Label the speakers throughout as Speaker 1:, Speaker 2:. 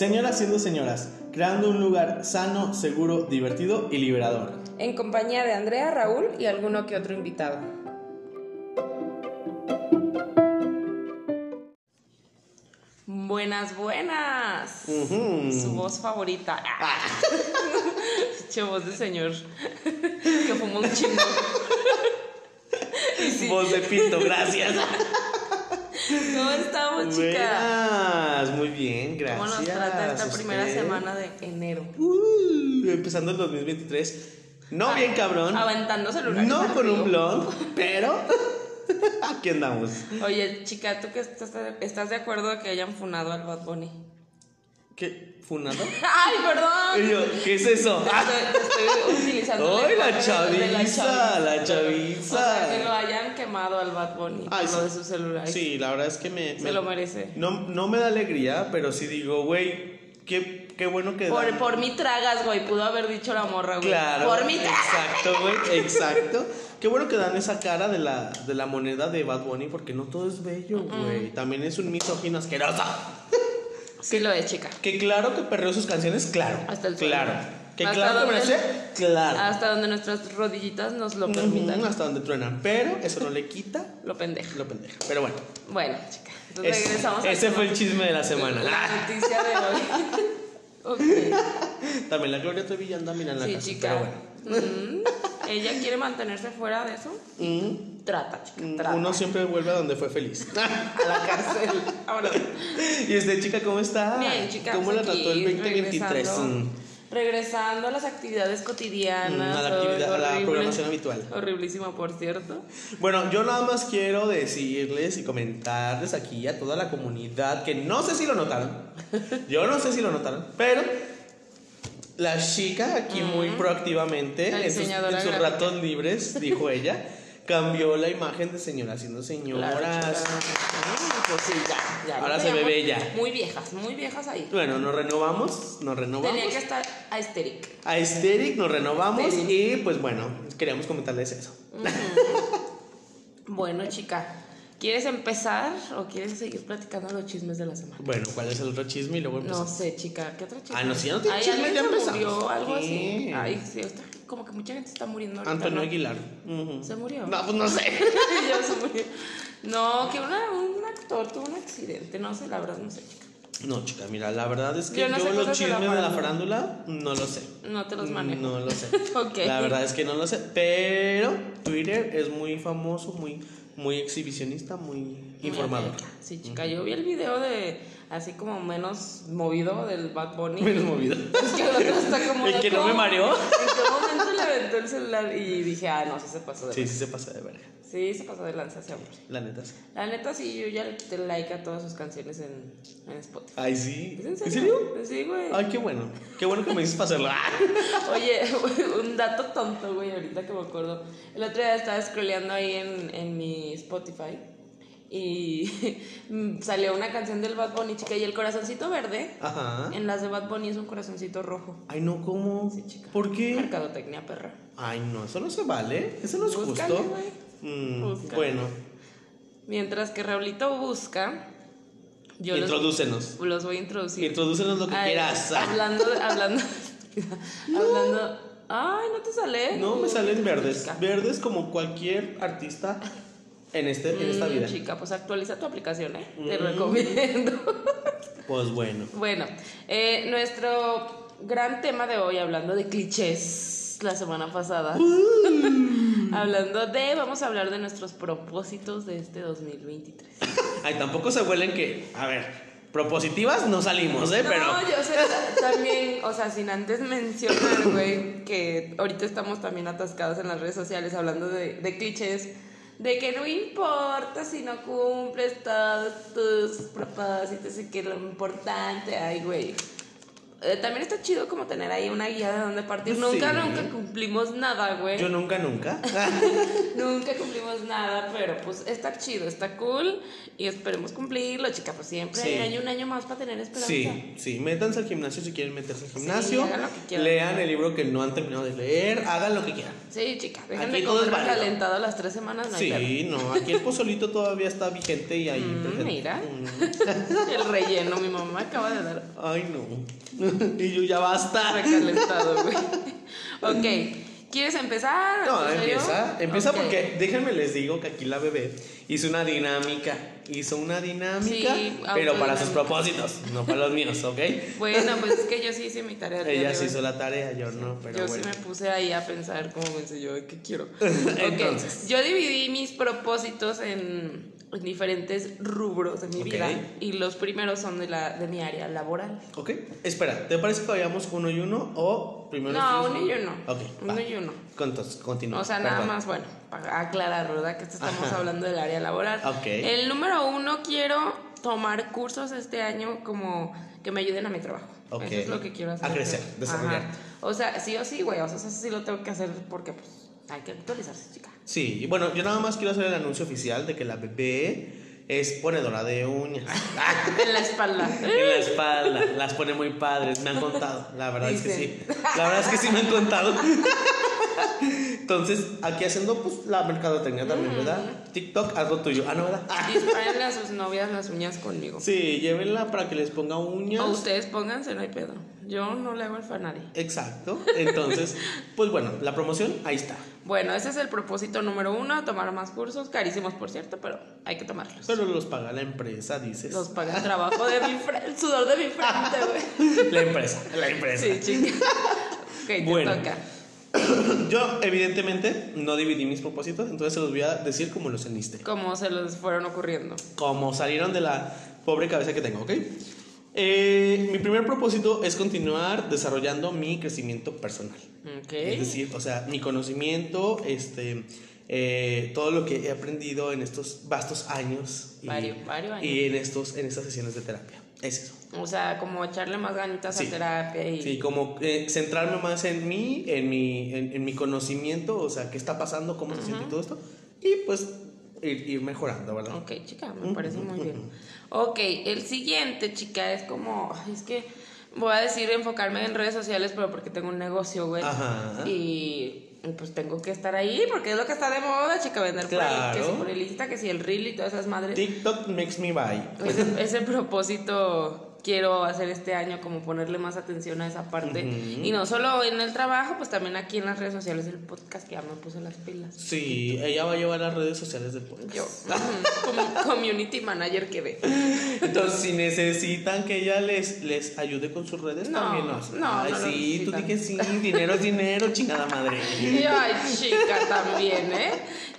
Speaker 1: Señoras siendo señoras, creando un lugar sano, seguro, divertido y liberador.
Speaker 2: En compañía de Andrea, Raúl y alguno que otro invitado. Buenas, buenas.
Speaker 1: Ujú. Ah.
Speaker 2: Su voz favorita. Che, voz de señor. que fuma un chingo. Y sí,
Speaker 1: Voz de pito, gracias.
Speaker 2: ¿Cómo estamos, chicas?
Speaker 1: Buenas, muy bien, gracias.
Speaker 2: ¿Cómo nos trata esta primera
Speaker 1: usted.
Speaker 2: semana de enero?
Speaker 1: Uh, empezando el 2023. No
Speaker 2: Ah,
Speaker 1: bien cabrón.
Speaker 2: Aventando celulares.
Speaker 1: No
Speaker 2: al
Speaker 1: con un
Speaker 2: río.
Speaker 1: blog, pero aquí andamos.
Speaker 2: Oye, chica, ¿tú que estás, estás de acuerdo de que hayan funado al Bad Bunny?
Speaker 1: ¿Qué? ¿Funado?
Speaker 2: ¡Ay,
Speaker 1: Y
Speaker 2: perdón!
Speaker 1: yo, ¿qué es eso?
Speaker 2: Te Estoy, te estoy utilizando
Speaker 1: ¡Ay, la
Speaker 2: lenguaje de- de
Speaker 1: chaviza, la
Speaker 2: O sea,
Speaker 1: chaviza!
Speaker 2: que lo hayan quemado al Bad Bunny
Speaker 1: Ay,
Speaker 2: por
Speaker 1: sí.
Speaker 2: lo de su celular.
Speaker 1: Sí, la verdad es que me...
Speaker 2: Se
Speaker 1: me-
Speaker 2: lo merece.
Speaker 1: No, no me da alegría, pero sí digo, güey, qué, qué bueno que...
Speaker 2: Por,
Speaker 1: dan-
Speaker 2: por mí tragas, güey. Pudo haber dicho la morra, güey.
Speaker 1: Claro.
Speaker 2: Por mí tragas.
Speaker 1: Exacto, güey, exacto. Qué bueno que dan esa cara de la, de la moneda de Bad Bunny, porque no todo es bello, güey. También es un misógino asqueroso.
Speaker 2: Sí lo es, chica.
Speaker 1: Que claro que perreó sus canciones, claro.
Speaker 2: Hasta el suelo.
Speaker 1: Claro. Que
Speaker 2: Hasta
Speaker 1: claro que
Speaker 2: donde-
Speaker 1: mereció, claro.
Speaker 2: Hasta donde nuestras rodillitas nos lo
Speaker 1: Ujú,
Speaker 2: permitan.
Speaker 1: hasta donde truenan. Pero eso no le quita
Speaker 2: Lo pendeja.
Speaker 1: lo pendeja. Pero bueno,
Speaker 2: Bueno, chica. Entonces
Speaker 1: es-
Speaker 2: regresamos a
Speaker 1: ese fue el chisme de la semana.
Speaker 2: la
Speaker 1: Ah,
Speaker 2: noticia de hoy. Ok.
Speaker 1: También la Gloria Trevi ya anda mirando la
Speaker 2: Sí,
Speaker 1: casa,
Speaker 2: chica.
Speaker 1: Pero bueno.
Speaker 2: Mm. Ella quiere mantenerse fuera de eso.
Speaker 1: Mm,
Speaker 2: Trata, chica.
Speaker 1: mm,
Speaker 2: Trata.
Speaker 1: uno siempre vuelve a donde fue feliz.
Speaker 2: a la cárcel. Ahora.
Speaker 1: ¿Y usted, chica, cómo está?
Speaker 2: Bien, chicas.
Speaker 1: ¿Cómo la
Speaker 2: aquí,
Speaker 1: trató el 2023?
Speaker 2: Regresando,
Speaker 1: Mm,
Speaker 2: regresando a las actividades cotidianas.
Speaker 1: Mm, a la actividad- a la
Speaker 2: horrible,
Speaker 1: programación habitual.
Speaker 2: Horriblísima, por cierto.
Speaker 1: Bueno, yo nada más quiero decirles y comentarles aquí a toda la comunidad que no sé si lo notaron. Yo no sé si lo notaron, pero la chica aquí muy proactivamente
Speaker 2: La
Speaker 1: en sus, en
Speaker 2: diseñadora
Speaker 1: sus
Speaker 2: gráfica.
Speaker 1: ratos libres, dijo ella, cambió la imagen de señora siendo señoras.
Speaker 2: chica. Ah, pues sí, ya, ya.
Speaker 1: Ahora
Speaker 2: Nos
Speaker 1: se ve
Speaker 2: veíamos
Speaker 1: bella.
Speaker 2: Muy viejas, muy viejas ahí.
Speaker 1: Bueno, nos renovamos, nos renovamos.
Speaker 2: Tenía que estar aesthetic.
Speaker 1: A Esteric nos renovamos
Speaker 2: Aesthetic.
Speaker 1: y pues bueno, queríamos comentarles eso.
Speaker 2: Bueno, chica. ¿Quieres empezar o quieres seguir platicando los chismes de la semana?
Speaker 1: Bueno, ¿cuál Pues, es el otro chisme? Y luego
Speaker 2: No
Speaker 1: empezamos.
Speaker 2: sé, chica, ¿qué otra chica?
Speaker 1: Ah, no, si ya no tiene chisme, ya
Speaker 2: se
Speaker 1: empezamos.
Speaker 2: murió, algo así.
Speaker 1: ¿Qué?
Speaker 2: Ay, sí, está- como que mucha gente está muriendo ahorita,
Speaker 1: Antonio
Speaker 2: ¿no?
Speaker 1: Aguilar. Ujú.
Speaker 2: Se murió.
Speaker 1: No, pues no sé.
Speaker 2: Ya se murió. No, que una- un actor tuvo un accidente, no sé, la verdad no sé, chica.
Speaker 1: No, chica, mira, la verdad es que yo,
Speaker 2: Yo no sé
Speaker 1: los
Speaker 2: cosas de la
Speaker 1: chismes de la farándula no lo sé.
Speaker 2: No te los manejo.
Speaker 1: No lo sé.
Speaker 2: Ok.
Speaker 1: La verdad es que no lo sé. Pero Twitter es muy famoso, muy, muy exhibicionista, muy informador.
Speaker 2: Sí, chica, yo vi el video de así como menos movido del Bad Bunny.
Speaker 1: Menos movido.
Speaker 2: Es que el otro está como.
Speaker 1: ¿El
Speaker 2: de
Speaker 1: que no me
Speaker 2: cómo-
Speaker 1: mareó?
Speaker 2: ¿En qué momento le aventó el celular? Y dije, ah, no, sí se pasó de
Speaker 1: Sí,
Speaker 2: sí.
Speaker 1: sí se pasa de verga.
Speaker 2: sí, se pasó de lanza ese hombre.
Speaker 1: La neta. sí.
Speaker 2: La neta, sí, yo ya le quité like a todas sus canciones en, en Spotify.
Speaker 1: Ay, sí.
Speaker 2: ¿Es en serio? Sí, güey.
Speaker 1: Ay, qué bueno. Qué bueno que me dices para hacerlo.
Speaker 2: Oye, un dato tonto, güey, ahorita que me acuerdo. El otro día estaba scrolleando ahí en, en mi Spotify y mm, salió una canción del Bad Bunny, chica, y el corazoncito verde
Speaker 1: Ajá.
Speaker 2: en las de Bad Bunny es un corazoncito rojo.
Speaker 1: Ay, no, ¿cómo?
Speaker 2: Sí, chica.
Speaker 1: ¿Por qué?
Speaker 2: Mercadotecnia, perra.
Speaker 1: Ay, no, eso no se vale. Eso no es
Speaker 2: Búscale,
Speaker 1: justo.
Speaker 2: güey.
Speaker 1: Mm,
Speaker 2: Búscale.
Speaker 1: bueno,
Speaker 2: Mientras que Raulito busca, yo los,
Speaker 1: introdúcenos.
Speaker 2: los voy a introducir.
Speaker 1: Introdúcenos lo que
Speaker 2: Ay,
Speaker 1: quieras. Ah,
Speaker 2: Hablando, de- hablando, hablando. Ay, no te sale.
Speaker 1: No, me salen verdes.
Speaker 2: Chica.
Speaker 1: Verdes como cualquier artista en, este, en esta
Speaker 2: Mm,
Speaker 1: vida.
Speaker 2: Chica, pues actualiza tu aplicación, ¿eh? Te
Speaker 1: Mm.
Speaker 2: recomiendo.
Speaker 1: Pues bueno.
Speaker 2: bueno, eh, nuestro gran tema de hoy, hablando de clichés la semana pasada. hablando de, vamos a hablar de nuestros propósitos de este 2023.
Speaker 1: Ay, tampoco se huelen que. A ver, propositivas no salimos, ¿eh? Pero.
Speaker 2: No, yo sé, también, o sea, sin antes mencionar, güey, que ahorita estamos también atascados en las redes sociales hablando de, de clichés, de que no importa si no cumples todos tus propósitos y que lo importante, ay, güey. eh, también está chido como tener ahí una guía de dónde partir.
Speaker 1: Sí.
Speaker 2: Nunca, nunca cumplimos nada, güey.
Speaker 1: Yo nunca, nunca.
Speaker 2: Nunca cumplimos nada, pero pues está chido, está cool y esperemos cumplirlo, chica, pues siempre
Speaker 1: Sí.
Speaker 2: hay un año más para tener esperanza.
Speaker 1: Sí, sí, métanse al gimnasio si quieren meterse al gimnasio.
Speaker 2: hagan lo que quieran.
Speaker 1: lean el libro que no han terminado de leer, hagan lo que quieran.
Speaker 2: Sí, chica, déjenme
Speaker 1: Aquí todo
Speaker 2: comer
Speaker 1: es válido.
Speaker 2: calentado las tres semanas, no hay
Speaker 1: Sí, no, aquí el pozolito todavía está vigente y ahí
Speaker 2: Mm,
Speaker 1: presente.
Speaker 2: mira.
Speaker 1: Mm.
Speaker 2: pedo. El relleno, mi mamá acaba de dar
Speaker 1: Ay, no. y yo ya basta.
Speaker 2: recalentado, güey. Ok, ¿quieres empezar?
Speaker 1: No,
Speaker 2: ¿Empiezo yo?
Speaker 1: empieza, empieza
Speaker 2: Ok.
Speaker 1: porque déjenme les digo que aquí la bebé hizo una dinámica, hizo una dinámica,
Speaker 2: Sí,
Speaker 1: pero para sus
Speaker 2: autodinámica.
Speaker 1: propósitos, no para los míos, ¿ok?
Speaker 2: Bueno, pues es que yo sí hice mi tarea. el día
Speaker 1: Ella
Speaker 2: de
Speaker 1: sí
Speaker 2: hoy.
Speaker 1: hizo la tarea, yo no, pero
Speaker 2: yo
Speaker 1: bueno.
Speaker 2: sí me puse ahí a pensar cómo pensé yo, ¿qué quiero? Ok,
Speaker 1: Entonces.
Speaker 2: yo dividí mis propósitos en, en diferentes rubros de mi
Speaker 1: Ok.
Speaker 2: vida y los primeros son de, la, de mi área laboral.
Speaker 1: Ok, espera, ¿te parece que vayamos uno y uno o primero?
Speaker 2: No,
Speaker 1: los
Speaker 2: uno
Speaker 1: tres?
Speaker 2: y uno.
Speaker 1: Ok, va.
Speaker 2: Uno y uno.
Speaker 1: Entonces, continúa.
Speaker 2: O sea, nada
Speaker 1: perdón.
Speaker 2: más, bueno, para aclarar, ¿verdad? Que esto estamos
Speaker 1: Ajá.
Speaker 2: hablando del área laboral.
Speaker 1: Ok.
Speaker 2: El número uno, quiero tomar cursos este año como que me ayuden a mi trabajo.
Speaker 1: Ok.
Speaker 2: Eso es lo que quiero hacer.
Speaker 1: A crecer,
Speaker 2: Ajá.
Speaker 1: desarrollarte.
Speaker 2: O sea, sí o sí, güey. O sea, eso sí lo tengo que hacer porque, pues, hay que actualizarse, chica.
Speaker 1: Sí, y bueno, yo nada más quiero hacer el anuncio oficial de que la bebé es ponedora de uñas. Ah,
Speaker 2: En la espalda.
Speaker 1: en la espalda, las pone muy padres, me han contado, la verdad es que sí,
Speaker 2: Dicen.
Speaker 1: la verdad es que sí me han contado. Entonces, aquí haciendo pues la mercadotecnia también, ¿verdad? TikTok, haz lo tuyo, ah, no, ¿verdad? Ah,
Speaker 2: Dispárenle a sus novias las uñas conmigo.
Speaker 1: sí, llévenla para que les ponga uñas.
Speaker 2: O ustedes pónganse, no hay pedo. Yo no le hago el fan a nadie.
Speaker 1: Exacto, entonces, pues bueno, la promoción, ahí está.
Speaker 2: Bueno, ese es el propósito número uno, tomar más cursos, carísimos por cierto, pero hay que tomarlos.
Speaker 1: Pero los paga la empresa, dices.
Speaker 2: Los paga el trabajo de mi frente, el sudor de mi frente, güey.
Speaker 1: La empresa, la empresa.
Speaker 2: Sí, chica. Ok, te
Speaker 1: Bueno.
Speaker 2: toca.
Speaker 1: Yo, evidentemente, no dividí mis propósitos, entonces se los voy a decir como los enlisté.
Speaker 2: Como se los fueron ocurriendo.
Speaker 1: Como salieron de la pobre cabeza que tengo, ¿ok? Eh, mi primer propósito es continuar desarrollando mi crecimiento personal.
Speaker 2: Ok.
Speaker 1: Es decir, o sea, mi conocimiento, este, eh, todo lo que he aprendido en estos vastos años. Y,
Speaker 2: Vario- vario años.
Speaker 1: Y en, estos, en estas sesiones de terapia. Es eso.
Speaker 2: O sea, como echarle más ganitas
Speaker 1: Sí.
Speaker 2: a terapia y...
Speaker 1: Sí, como eh, centrarme más en mí, en mi, en, en mi conocimiento, o sea, qué está pasando, cómo se siente todo esto, y pues ir, ir mejorando, ¿verdad?
Speaker 2: Ok, chica, me parece muy bien. Ok, el siguiente, chica, es como, ay, es que voy a decir enfocarme en redes sociales, pero porque tengo un negocio, güey.
Speaker 1: Ajá.
Speaker 2: Y y, pues tengo que estar ahí, porque es lo que está de moda, chica, vender por ahí, que si
Speaker 1: Claro.
Speaker 2: por el Insta, que si el Reel y todas esas madres.
Speaker 1: TikTok makes me buy.
Speaker 2: Ese, Pues, ese propósito quiero hacer este año, como ponerle más atención a esa parte. Y no solo en el trabajo, pues también aquí en las redes sociales, el podcast que ya me puse las pilas.
Speaker 1: Sí, ella va a llevar las redes sociales del podcast.
Speaker 2: Yo, ujú, como community manager que ve.
Speaker 1: Entonces, si necesitan que ella les, les ayude con sus redes,
Speaker 2: No,
Speaker 1: también nos.
Speaker 2: no,
Speaker 1: Ay,
Speaker 2: no lo
Speaker 1: sí, tú
Speaker 2: necesitan.
Speaker 1: dije sí, dinero es dinero, chingada madre.
Speaker 2: Y yo, ay, chica, también, ¿eh?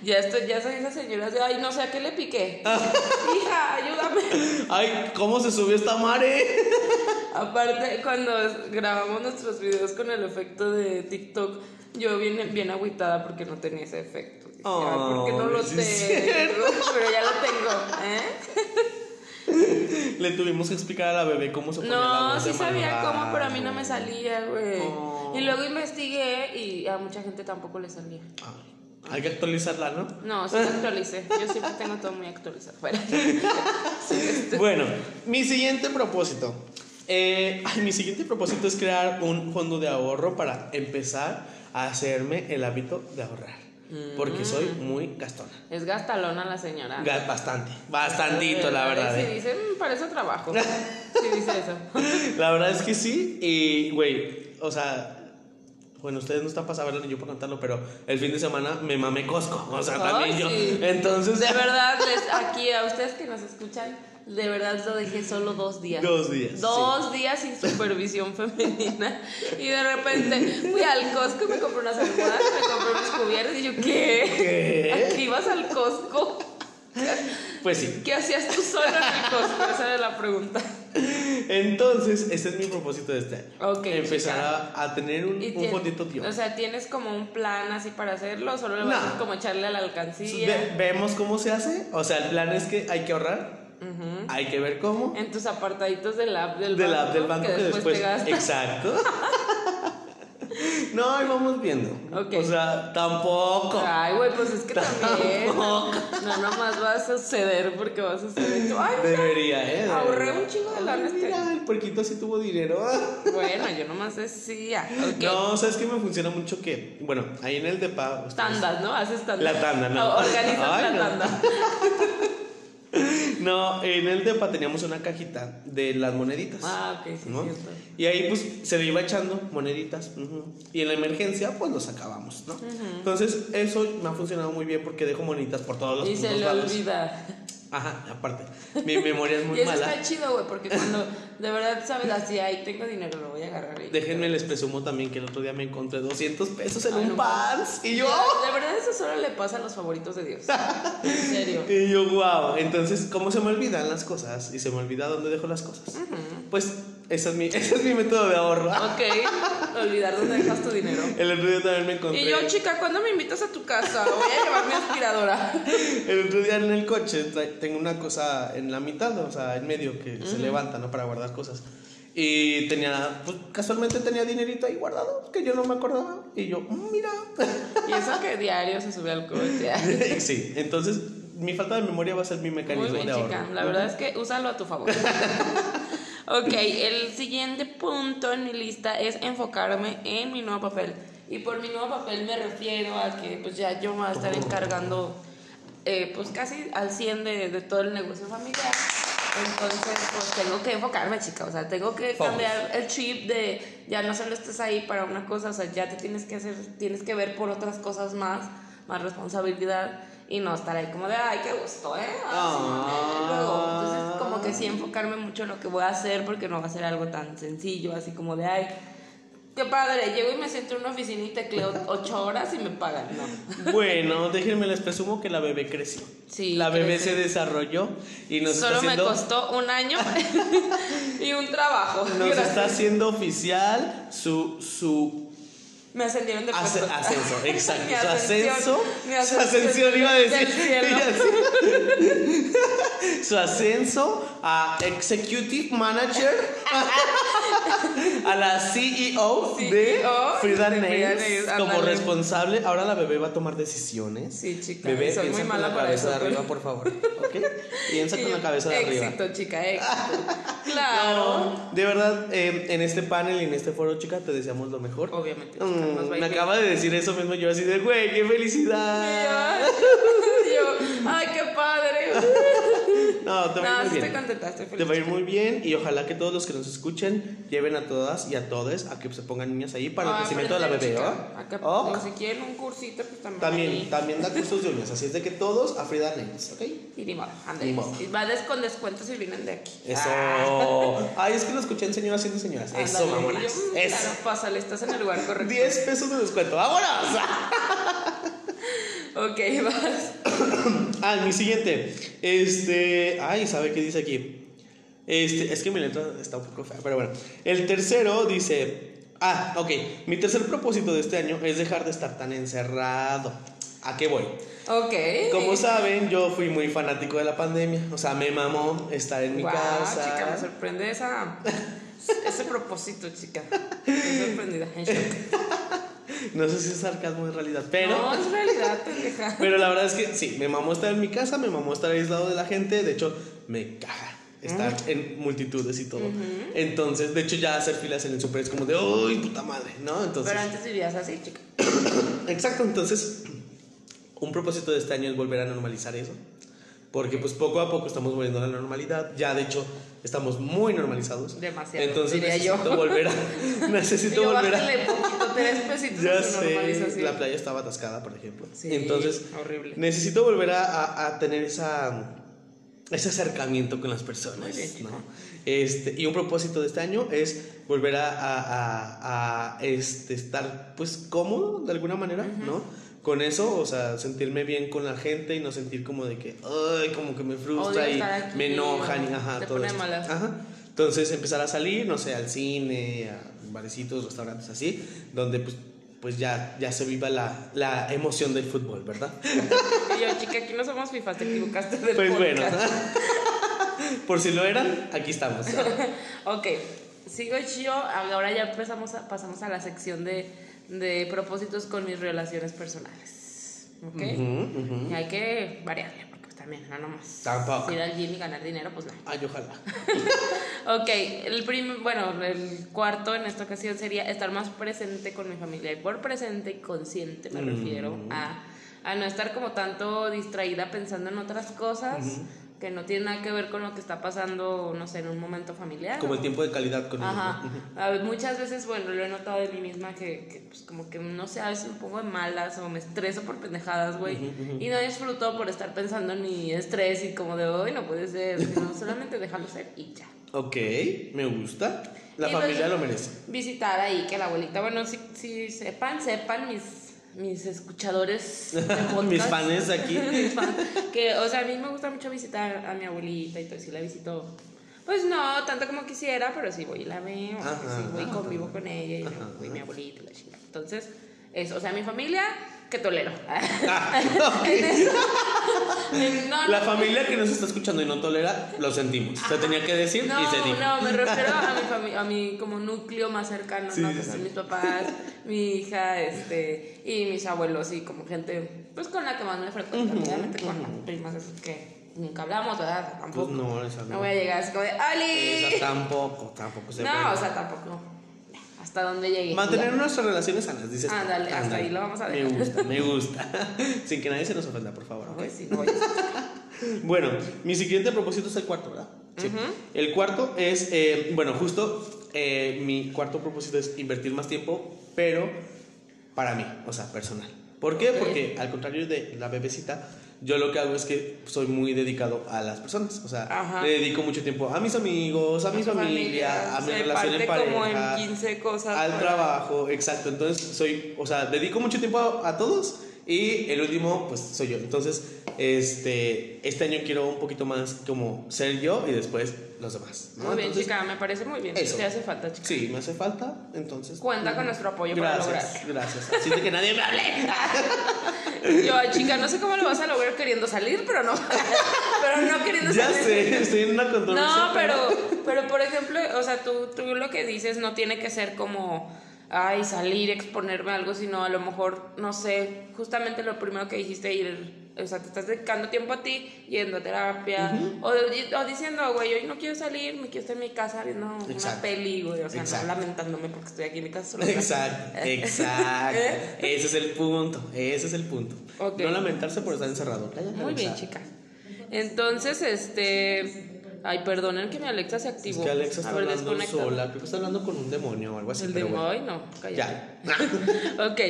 Speaker 2: Ya estoy, ya soy esa señora de, ay, no sé a qué le piqué. Hija, ayúdame.
Speaker 1: Ay, ¿cómo se subió esta mare?
Speaker 2: Aparte, cuando grabamos nuestros videos con el efecto de TikTok, yo bien, bien agüitada porque no tenía ese efecto. Dije, ay, ¿por qué no
Speaker 1: Ay,
Speaker 2: lo
Speaker 1: Oh, sí
Speaker 2: tengo?
Speaker 1: es cierto.
Speaker 2: Pero ya lo tengo, ¿eh?
Speaker 1: Le tuvimos que explicar a la bebé cómo se ponía la
Speaker 2: No,
Speaker 1: voz
Speaker 2: sí
Speaker 1: de
Speaker 2: sabía
Speaker 1: malvado.
Speaker 2: cómo, pero a mí no me salía, güey.
Speaker 1: Oh.
Speaker 2: Y luego investigué y a mucha gente tampoco le salía.
Speaker 1: Ay, Ah, hay que actualizarla, ¿no?
Speaker 2: No, sí lo actualicé. Yo siempre tengo todo muy actualizado. Fuera.
Speaker 1: Bueno, mi siguiente propósito. eh, ay, mi siguiente propósito es crear un fondo de ahorro para empezar a hacerme el hábito de ahorrar. Porque soy
Speaker 2: Mm.
Speaker 1: muy gastona.
Speaker 2: Es gastalona la señora.
Speaker 1: Ga- Bastante, bastantito, la verdad.
Speaker 2: Y
Speaker 1: eh.
Speaker 2: Si dice, "Mm, para eso trabajo. Si dice eso.
Speaker 1: La verdad es que sí. Y, güey, o sea, bueno, ustedes no están para saberlo ni yo para contarlo, pero el fin de semana me mamé Costco. O sea,
Speaker 2: Ay,
Speaker 1: también yo.
Speaker 2: sí.
Speaker 1: Entonces,
Speaker 2: De verdad, les- aquí a ustedes que nos escuchan, de verdad lo dejé solo dos días.
Speaker 1: Dos días,
Speaker 2: Dos días sin supervisión femenina. Y de repente fui al Costco, me compré unas almohadas, me compré unos cubiertos. Y yo, ¿qué?
Speaker 1: ¿qué?
Speaker 2: ¿Aquí ibas al Costco?
Speaker 1: Pues sí.
Speaker 2: ¿Qué hacías tú solo en el Costco? Esa era la pregunta.
Speaker 1: Entonces, ese es mi propósito de este año.
Speaker 2: Ok,
Speaker 1: Empezar
Speaker 2: chica.
Speaker 1: a, a tener un,
Speaker 2: Y
Speaker 1: un
Speaker 2: tien-
Speaker 1: fondito tío.
Speaker 2: O sea, tienes como un plan así para hacerlo, solo le vas
Speaker 1: No.
Speaker 2: a como echarle a la
Speaker 1: Entonces,
Speaker 2: alcancía.
Speaker 1: ve- vemos cómo se hace. O sea, el plan es que hay que ahorrar
Speaker 2: Ujú.
Speaker 1: Hay que ver cómo.
Speaker 2: En tus apartaditos del app del
Speaker 1: Del
Speaker 2: banco.
Speaker 1: app del
Speaker 2: ¿no?
Speaker 1: banco
Speaker 2: que después, te gastas.
Speaker 1: Exacto. no, ahí vamos viendo.
Speaker 2: Ok.
Speaker 1: O sea, tampoco.
Speaker 2: Ay, güey, pues es que también. No,
Speaker 1: Tampoco.
Speaker 2: no nomás vas a ceder porque vas a ceder. Tú, Ay,
Speaker 1: Debería, ¿eh?
Speaker 2: Ahorré
Speaker 1: Debería.
Speaker 2: un chingo de
Speaker 1: Ay,
Speaker 2: lana este
Speaker 1: Mira, el puerquito sí tuvo dinero.
Speaker 2: bueno, yo nomás decía. Ok.
Speaker 1: No, ¿sabes qué me funciona mucho? Que, bueno, ahí en el depa. ustedes-
Speaker 2: Tandas, ¿no? Haces tandas.
Speaker 1: La tanda, no.
Speaker 2: O- Organizas
Speaker 1: Ay,
Speaker 2: la
Speaker 1: no.
Speaker 2: tanda.
Speaker 1: No, en el depa teníamos una cajita de las moneditas.
Speaker 2: Ah, ok, sí,
Speaker 1: ¿no?
Speaker 2: cierto.
Speaker 1: Y ahí pues se le iba echando moneditas. ujú. Y en la emergencia pues lo sacábamos, ¿no? Entonces eso me ha funcionado muy bien porque dejo moneditas por todos los
Speaker 2: Y se
Speaker 1: putos
Speaker 2: le
Speaker 1: lados.
Speaker 2: olvida.
Speaker 1: Ajá, aparte. Mi memoria es
Speaker 2: Y
Speaker 1: muy
Speaker 2: eso
Speaker 1: mala.
Speaker 2: está chido, güey, porque cuando de verdad sabes así, ahí tengo dinero, lo voy a agarrar. Y
Speaker 1: Déjenme les presumo también que el otro día me encontré 200 pesos en
Speaker 2: Ay,
Speaker 1: un
Speaker 2: Ah, no
Speaker 1: pants. Y yo...
Speaker 2: Ya, De verdad, eso solo le pasa a los favoritos de Dios. En serio.
Speaker 1: Y yo, wow. Entonces, ¿cómo se me olvidan las cosas? Y se me olvida dónde dejo las cosas. Pues ese es, mi, ese es mi método de ahorro.
Speaker 2: Ok, olvidar dónde dejas tu dinero.
Speaker 1: El otro día también me encontré.
Speaker 2: Y yo, chica, ¿cuándo me invitas a tu casa? Voy a llevar mi aspiradora.
Speaker 1: El otro día en el coche tra- tengo una cosa en la mitad, o sea, en medio que se levanta, ¿no? Para guardar cosas. Y tenía, pues casualmente tenía dinerito ahí guardado, que yo no me acordaba. Y yo, "Mm, mira.
Speaker 2: Y eso que diario se sube al coche.
Speaker 1: sí, entonces mi falta de memoria va a ser mi
Speaker 2: Muy
Speaker 1: mecanismo
Speaker 2: bien,
Speaker 1: de ahorro.
Speaker 2: chica. La verdad es que úsalo a tu favor. Ok, el siguiente punto en mi lista es enfocarme en mi nuevo papel. Y por mi nuevo papel me refiero a que pues ya yo me voy a
Speaker 1: Oh.
Speaker 2: estar encargando eh, pues casi al 100 de, de todo el negocio familiar. Entonces pues tengo que enfocarme chica, o sea, tengo que
Speaker 1: Focus.
Speaker 2: cambiar el chip de ya no solo estás ahí para una cosa, o sea, ya te tienes que hacer, tienes que ver por otras cosas más, más responsabilidad y no estar ahí como de, ay, qué gusto, ¿eh? Ah, sí, luego. Entonces como que sí enfocarme mucho en lo que voy a hacer porque no va a ser algo tan sencillo, así como de, ay, qué padre, llego y me siento en una oficina y tecleo ocho horas y me pagan, no.
Speaker 1: Bueno, déjenme les presumo que la bebé creció.
Speaker 2: Sí,
Speaker 1: La bebé
Speaker 2: crece.
Speaker 1: se desarrolló y nos está
Speaker 2: Solo me
Speaker 1: haciendo,
Speaker 2: costó un año y un trabajo.
Speaker 1: nos
Speaker 2: Gracias.
Speaker 1: está haciendo oficial su su
Speaker 2: Me ascendieron de
Speaker 1: asce-
Speaker 2: puesto.
Speaker 1: ascenso, exacto,
Speaker 2: Mi
Speaker 1: su
Speaker 2: ascensión,
Speaker 1: ascenso,
Speaker 2: mi
Speaker 1: su
Speaker 2: ascensión
Speaker 1: ascensión iba a
Speaker 2: del
Speaker 1: decir,
Speaker 2: cielo.
Speaker 1: ella sí. su ascenso a executive manager a la CEO, de
Speaker 2: CEO
Speaker 1: Frida
Speaker 2: E de Frida
Speaker 1: Nails
Speaker 2: Nails,
Speaker 1: como
Speaker 2: ándale.
Speaker 1: responsable. Ahora la bebé va a tomar decisiones.
Speaker 2: Sí, chica,
Speaker 1: Bebé,
Speaker 2: soy
Speaker 1: piensa con
Speaker 2: muy mala
Speaker 1: la
Speaker 2: para
Speaker 1: cabeza
Speaker 2: eso.
Speaker 1: de arriba,
Speaker 2: pero-
Speaker 1: por favor. ¿Ok? Piensa con la cabeza de arriba.
Speaker 2: Éxito, chica, éxito. Claro.
Speaker 1: No, de verdad, eh, en este panel y en este foro, chica, te deseamos lo mejor.
Speaker 2: Obviamente. chica,
Speaker 1: Mm,
Speaker 2: nos va a ir
Speaker 1: me
Speaker 2: bien.
Speaker 1: acaba de decir eso mismo yo así de, güey, qué felicidad.
Speaker 2: Y yo, ay, qué padre.
Speaker 1: No, te va
Speaker 2: No,
Speaker 1: a ir
Speaker 2: sí
Speaker 1: muy
Speaker 2: estoy
Speaker 1: bien.
Speaker 2: contenta, estoy feliz.
Speaker 1: Te va a ir muy bien y ojalá que todos los que nos escuchen lleven a todas y a todos a que se pongan niñas ahí para el
Speaker 2: Ah,
Speaker 1: crecimiento de la bebé,
Speaker 2: aprender,
Speaker 1: ¿va?
Speaker 2: chica. Acá,
Speaker 1: Ok.
Speaker 2: o si quieren un cursito, pues también.
Speaker 1: También,
Speaker 2: ahí.
Speaker 1: también da cursos de uñas, así es de que todos a Frida Nails, ¿ok?
Speaker 2: Y ni modo, ande.
Speaker 1: Ni modo.
Speaker 2: Y va des- con descuentos si vienen de aquí. Ah,
Speaker 1: Eso. Ay, es que lo escuché en señoras siendo señoras. Eso,
Speaker 2: Ándale.
Speaker 1: mamonas.
Speaker 2: Yo, mm,
Speaker 1: Eso.
Speaker 2: Claro, pásale, estás en el lugar correcto.
Speaker 1: 10 pesos de descuento. ¡Vámonos!
Speaker 2: Ok, vas.
Speaker 1: Ah, mi siguiente. Este. Ay, ¿sabe qué dice aquí? Este, es que mi letra está un poco fea, pero bueno. El tercero dice. Ah, ok. Mi tercer propósito de este año es dejar de estar tan encerrado. ¿A qué voy?
Speaker 2: Ok.
Speaker 1: Como saben, yo fui muy fanático de la pandemia. O sea, me mamó estar en mi
Speaker 2: Guau,
Speaker 1: casa.
Speaker 2: chica, me sorprende esa, ese propósito, chica. Estoy sorprendida. en shock.
Speaker 1: No sé si es sarcasmo en realidad, pero.
Speaker 2: No, es realidad, pendeja.
Speaker 1: Pero la verdad es que sí, me mamó estar en mi casa, me mamó estar aislado de la gente, de hecho, me caga estar
Speaker 2: Mm.
Speaker 1: en multitudes y todo. Entonces, de hecho, ya hacer filas en el super es como de, uy, puta madre, ¿no? Entonces,
Speaker 2: Pero antes vivías así, chica.
Speaker 1: exacto, entonces, un propósito de este año es volver a normalizar eso, porque pues poco a poco estamos volviendo a la normalidad, ya de hecho, estamos muy normalizados.
Speaker 2: Demasiado,
Speaker 1: Entonces,
Speaker 2: diría yo.
Speaker 1: necesito volver a...
Speaker 2: Y
Speaker 1: necesito
Speaker 2: yo
Speaker 1: volver a...
Speaker 2: bájale poquito, tres pesitos
Speaker 1: Ya
Speaker 2: a su
Speaker 1: sé,
Speaker 2: normalización.
Speaker 1: la playa estaba atascada, por ejemplo.
Speaker 2: Sí,
Speaker 1: Entonces,
Speaker 2: horrible.
Speaker 1: necesito volver a, a- a tener esa, ese acercamiento con las personas.
Speaker 2: Muy bien, chica.
Speaker 1: ¿no? Este, y un propósito de este año es volver a, a- a- a, este, estar pues cómodo de alguna manera, ¿no? Con eso, o sea, sentirme bien con la gente y no sentir como de que, ay, como que me frustra
Speaker 2: Odio
Speaker 1: y
Speaker 2: estar aquí,
Speaker 1: me enojan y
Speaker 2: o
Speaker 1: ajá,
Speaker 2: te
Speaker 1: todo
Speaker 2: pone
Speaker 1: esto.
Speaker 2: malas.
Speaker 1: Ajá. Entonces empezar a salir, no sé, al cine, a barecitos, restaurantes así, donde pues, pues ya, ya se viva la, la emoción del fútbol, ¿verdad?
Speaker 2: Y yo, chica, aquí no somos fifas, te equivocaste del
Speaker 1: Pues bueno.
Speaker 2: podcast.
Speaker 1: Por si lo eran, aquí estamos.
Speaker 2: Ok, sigo yo. Ahora ya empezamos a- pasamos a la sección de, de propósitos con mis relaciones personales. ¿Ok?
Speaker 1: Ujú, ujú.
Speaker 2: Y hay que variarle, porque pues también, no nomás.
Speaker 1: Tampoco.
Speaker 2: Ir al gym y ganar dinero, pues no.
Speaker 1: Ay, ojalá.
Speaker 2: Ok, el prim- bueno, el cuarto en esta ocasión sería estar más presente con mi familia. Y por presente y consciente me
Speaker 1: Mm.
Speaker 2: refiero a, a no estar como tanto distraída pensando en otras cosas que no tienen nada que ver con lo que está pasando, no sé, en un momento familiar.
Speaker 1: Como el tiempo de calidad con
Speaker 2: Ajá.
Speaker 1: ellos,
Speaker 2: A ver, muchas veces, bueno, lo he notado de mí misma que, que, pues, como que no sé, a veces me pongo de malas o me estreso por pendejadas, güey. Y no disfruto por estar pensando en mi estrés y como de hoy no puede ser, sino solamente déjalo ser y ya.
Speaker 1: ¿no? Ok, me gusta. La
Speaker 2: Y
Speaker 1: familia
Speaker 2: pues-
Speaker 1: lo merece.
Speaker 2: Visitar ahí que la abuelita, bueno, si, si sepan, sepan mis mis escuchadores de
Speaker 1: Mis
Speaker 2: podcast.
Speaker 1: fans aquí.
Speaker 2: Mis fans. que o sea a mí me gusta mucho visitar a mi abuelita y todo sí la visito pues no tanto como quisiera pero sí voy y la veo
Speaker 1: Ajá,
Speaker 2: sí voy y
Speaker 1: ajá.
Speaker 2: convivo con ella y,
Speaker 1: Ajá,
Speaker 2: me- y
Speaker 1: ajá.
Speaker 2: mi abuelita y la chingada entonces eso o sea mi familia que tolero
Speaker 1: Ah, ok.
Speaker 2: En eso- en- no,
Speaker 1: La
Speaker 2: no,
Speaker 1: familia que nos está escuchando y no tolera, lo sentimos. Se tenía que decir y se
Speaker 2: No,
Speaker 1: dijo.
Speaker 2: no, me refiero a mi, fami- a mi como núcleo más cercano,
Speaker 1: Sí,
Speaker 2: ¿no?
Speaker 1: sí,
Speaker 2: Que son
Speaker 1: sí.
Speaker 2: mis papás, mi hija, este, y mis abuelos, y como gente, pues con la que más me frecuento, obviamente con las primas, esas que nunca hablamos, ¿verdad? Tampoco.
Speaker 1: Pues no, esa
Speaker 2: No
Speaker 1: no.
Speaker 2: voy a llegar así como de,
Speaker 1: Esa
Speaker 2: ¡Oli!
Speaker 1: tampoco, tampoco se puede.
Speaker 2: No, o sea, tampoco. Hasta donde llegué.
Speaker 1: Mantener nuestras relaciones sanas, dices. tú.
Speaker 2: Ándale, hasta ahí lo vamos a dejar.
Speaker 1: Me gusta, me gusta. Sin que nadie se nos ofenda, por favor.
Speaker 2: Ya.
Speaker 1: ¿ok?
Speaker 2: Pues sí, no voy a-
Speaker 1: Bueno, mi siguiente propósito es el cuarto, ¿verdad? Sí. El cuarto es, eh, bueno, justo eh, mi cuarto propósito es invertir más tiempo, pero para mí, o sea, personal. ¿Por qué?
Speaker 2: Ok.
Speaker 1: Porque al contrario de la bebecita, yo lo que hago es que soy muy dedicado a las personas. O sea,
Speaker 2: Ajá.
Speaker 1: le dedico mucho tiempo a mis amigos, a mi familia, a mi
Speaker 2: se
Speaker 1: relación en
Speaker 2: parte
Speaker 1: pareja
Speaker 2: como en 15 cosas.
Speaker 1: al
Speaker 2: para-
Speaker 1: trabajo, exacto. Entonces soy, o sea, dedico mucho tiempo a, a todos y el último, pues soy yo. Entonces, este, este año quiero un poquito más como ser yo y después los demás. ¿no?
Speaker 2: Muy bien,
Speaker 1: Entonces,
Speaker 2: chica, me parece muy bien.
Speaker 1: eso.
Speaker 2: Te hace falta, chica.
Speaker 1: Sí, me hace falta, entonces.
Speaker 2: Cuenta con nuestro apoyo
Speaker 1: gracias,
Speaker 2: para lograrlo.
Speaker 1: Gracias. Así de que nadie me hable.
Speaker 2: Yo, "Ay, chica, no sé cómo lo vas a lograr queriendo salir, pero no. Pero no queriendo
Speaker 1: ya
Speaker 2: salir.
Speaker 1: sé, estoy en una controversia.
Speaker 2: No, pero, pero por ejemplo, o sea, tú, tú lo que dices no tiene que ser como, ay, salir, exponerme a algo, sino a lo mejor, no sé, justamente lo primero que dijiste, ir, o sea, te estás dedicando tiempo a ti, yendo a terapia, o, o diciendo, güey, hoy no quiero salir, me quiero estar en mi casa viendo una
Speaker 1: Exacto.
Speaker 2: peli, güey, o sea,
Speaker 1: Exacto.
Speaker 2: no lamentándome porque estoy aquí en mi casa sola.
Speaker 1: Exacto, exacto. Ese es el punto, ese es el punto.
Speaker 2: Ok.
Speaker 1: No lamentarse por estar encerrado. Cállate,
Speaker 2: Muy bien,
Speaker 1: Alexa.
Speaker 2: chica. Entonces, este. Ay, perdonen que mi Alexa se
Speaker 1: Es
Speaker 2: activó.
Speaker 1: que Alexa está
Speaker 2: A ver,
Speaker 1: hablando
Speaker 2: desconecta.
Speaker 1: sola, creo que está hablando con un demonio o algo así.
Speaker 2: El de
Speaker 1: pero bueno.
Speaker 2: hoy, no, cállate.
Speaker 1: Ya.
Speaker 2: Ok,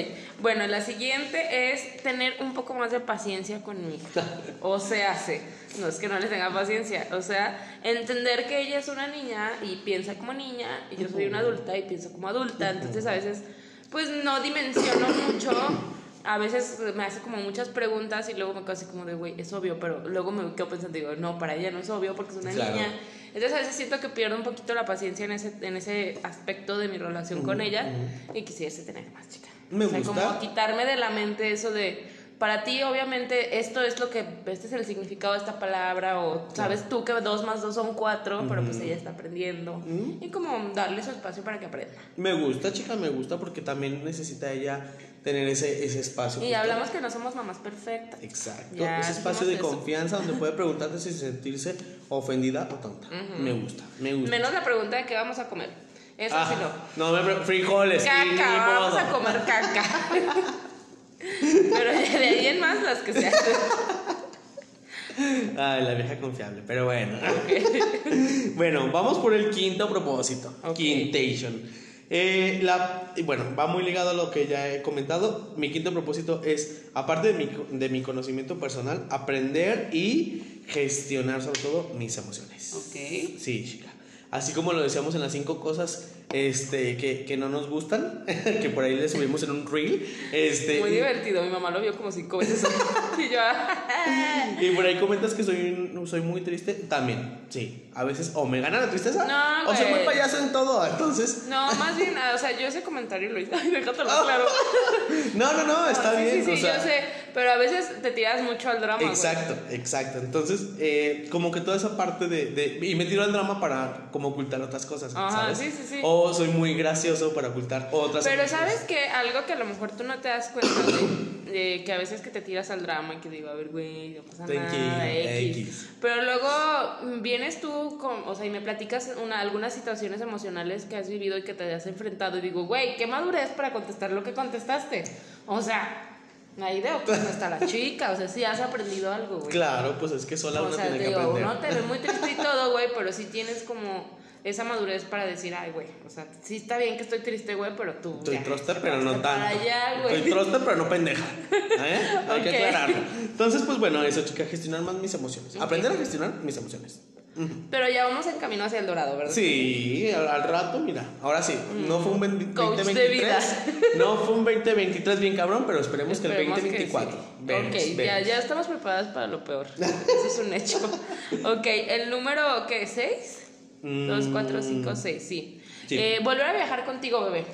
Speaker 2: bueno, la siguiente es tener un poco más de paciencia con mi hija. O sea, sí. no es que no le tenga paciencia. O sea, entender que ella es una niña y piensa como niña, y yo soy una adulta y pienso como adulta. Entonces, a veces, pues no dimensiono mucho. A veces me hace como muchas preguntas y luego me quedo así como de, güey, es obvio, pero luego me quedo pensando, digo, no, para ella no es obvio porque es una
Speaker 1: Claro.
Speaker 2: niña. Entonces a veces siento que pierdo un poquito la paciencia en ese, en ese aspecto de mi relación con ella y quisiese tener más, chica.
Speaker 1: Me
Speaker 2: o sea,
Speaker 1: gusta.
Speaker 2: como quitarme de la mente eso de, para ti obviamente esto es lo que, este es el significado de esta palabra o sabes tú que dos más dos son cuatro, pero pues ella está aprendiendo. Y como darle su espacio para que aprenda.
Speaker 1: Me gusta, chica, me gusta porque también necesita ella tener ese, ese espacio.
Speaker 2: Y
Speaker 1: justo.
Speaker 2: hablamos que no somos mamás perfectas.
Speaker 1: Exacto,
Speaker 2: Ya,
Speaker 1: ese espacio
Speaker 2: dijimos
Speaker 1: de
Speaker 2: eso.
Speaker 1: confianza donde puede preguntarte si sentirse ofendida o tonta. Me gusta, me gusta.
Speaker 2: Menos la pregunta de qué vamos a comer. Eso
Speaker 1: Ah,
Speaker 2: sí
Speaker 1: no,
Speaker 2: no.
Speaker 1: me pre- frijoles. ni
Speaker 2: Caca, vamos
Speaker 1: modo.
Speaker 2: a comer caca. Pero de ahí en más las que sean.
Speaker 1: Ay, la vieja confiable, pero bueno. bueno, vamos por el quinto propósito.
Speaker 2: Ok.
Speaker 1: Quintation. Eh, la, y bueno, va muy ligado a lo que ya he comentado. Mi quinto propósito es, aparte de mi, co- de mi conocimiento personal, aprender y gestionar sobre todo mis emociones.
Speaker 2: Ok.
Speaker 1: Sí, chica. Así como lo decíamos en las cinco cosas este, que, que no nos gustan, que por ahí le subimos en un reel. Este,
Speaker 2: Muy
Speaker 1: y-
Speaker 2: divertido, mi mamá lo vio como cinco veces. y yo,
Speaker 1: Y por ahí comentas que soy, un- soy muy triste. También, sí. A veces o me gana la tristeza
Speaker 2: No,
Speaker 1: o soy muy
Speaker 2: güey.
Speaker 1: payaso en todo. Entonces,
Speaker 2: no, más bien, ah, o sea, yo ese comentario lo hice, ay, déjatelo claro.
Speaker 1: no, no, no, Ah, está
Speaker 2: Sí,
Speaker 1: bien.
Speaker 2: Sí, sí,
Speaker 1: o sea,
Speaker 2: yo sé, pero a veces te tiras mucho al drama. güey.
Speaker 1: Exacto, exacto. Entonces, eh, como que toda esa parte de, de- Y me tiro al drama para como ocultar otras cosas,
Speaker 2: Ajá,
Speaker 1: ¿sabes?
Speaker 2: sí, sí, sí.
Speaker 1: O soy muy gracioso para ocultar otras
Speaker 2: Pero
Speaker 1: cosas.
Speaker 2: sabes que algo que a lo mejor tú no te das cuenta de, de que a veces que te tiras al drama y que digo, a ver, güey, no pasa
Speaker 1: Tranquilo,
Speaker 2: nada, Ah, X.
Speaker 1: X.
Speaker 2: Pero luego mm, vienes tú, con, o sea, y me platicas una, algunas situaciones emocionales que has vivido y que te has enfrentado y digo, güey, qué madurez para contestar lo que contestaste. O sea, ahí de pues hasta la chica, o sea, sí has aprendido algo, güey.
Speaker 1: Claro, pues es que sola
Speaker 2: O
Speaker 1: uno
Speaker 2: sea,
Speaker 1: tiene
Speaker 2: te
Speaker 1: que
Speaker 2: digo,
Speaker 1: aprender.
Speaker 2: uno te ve muy triste y todo, güey, pero sí tienes como esa madurez para decir, ay, güey, o sea, sí está bien que estoy triste, güey, pero tú.
Speaker 1: Estoy
Speaker 2: ya,
Speaker 1: trosta,
Speaker 2: te
Speaker 1: pero no
Speaker 2: pasaste
Speaker 1: tanto.
Speaker 2: Para allá, güey.
Speaker 1: Estoy trosta, pero no pendeja. ¿eh? Hay
Speaker 2: Ok.
Speaker 1: que aclararlo. Entonces, pues bueno, eso, chica, gestionar más mis emociones.
Speaker 2: Ok.
Speaker 1: Aprender a gestionar mis emociones.
Speaker 2: Pero ya vamos en camino hacia el dorado, ¿verdad?
Speaker 1: Sí, al, al rato, mira. Ahora sí, no fue un 20
Speaker 2: Mm. Coach de
Speaker 1: 2023. No fue un 2023 bien cabrón, pero esperemos, que el
Speaker 2: Esperemos que
Speaker 1: 2024.
Speaker 2: sí.
Speaker 1: Vemos,
Speaker 2: ok, Ya,
Speaker 1: vemos.
Speaker 2: ya estamos preparadas para lo peor. Eso es un hecho. Ok, el número, ¿qué? ¿Seis?
Speaker 1: Mm.
Speaker 2: Dos, cuatro, cinco, seis, sí.
Speaker 1: Sí.
Speaker 2: Eh, volver a viajar contigo, bebé.